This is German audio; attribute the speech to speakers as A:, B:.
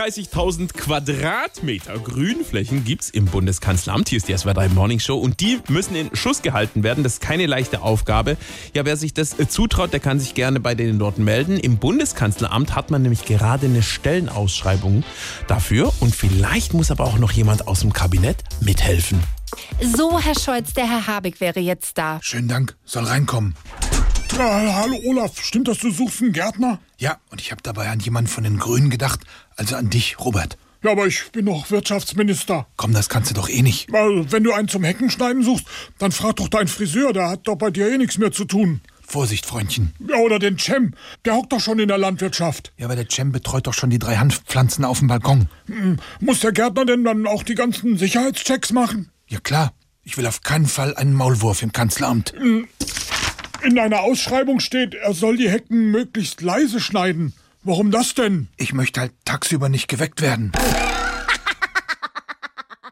A: 32.000 Quadratmeter Grünflächen gibt's im Bundeskanzleramt. Hier ist die SW3 Morning Show und die müssen in Schuss gehalten werden. Das ist keine leichte Aufgabe. Ja, wer sich das äh, zutraut, der kann sich gerne bei denen dort melden. Im Bundeskanzleramt hat man nämlich gerade eine Stellenausschreibung dafür und vielleicht muss aber auch noch jemand aus dem Kabinett mithelfen.
B: So, Herr Scholz, der Herr Habeck wäre jetzt da.
C: Schönen Dank, soll reinkommen.
D: Ja, hallo Olaf, stimmt das, du suchst einen Gärtner?
C: Ja, und ich habe dabei an jemanden von den Grünen gedacht, also an dich, Robert.
D: Ja, aber ich bin doch Wirtschaftsminister.
C: Komm, das kannst du doch eh nicht.
D: Weil, wenn du einen zum Heckenschneiden suchst, dann frag doch deinen Friseur, der hat doch bei dir eh nichts mehr zu tun.
C: Vorsicht, Freundchen.
D: Ja, oder den Cem, der hockt doch schon in der Landwirtschaft.
C: Ja, aber der Cem betreut doch schon die drei Hanfpflanzen auf dem Balkon.
D: Muss der Gärtner denn dann auch die ganzen Sicherheitschecks machen?
C: Ja klar, ich will auf keinen Fall einen Maulwurf im Kanzleramt.
D: In einer Ausschreibung steht, er soll die Hecken möglichst leise schneiden. Warum das denn?
C: Ich möchte halt tagsüber nicht geweckt werden.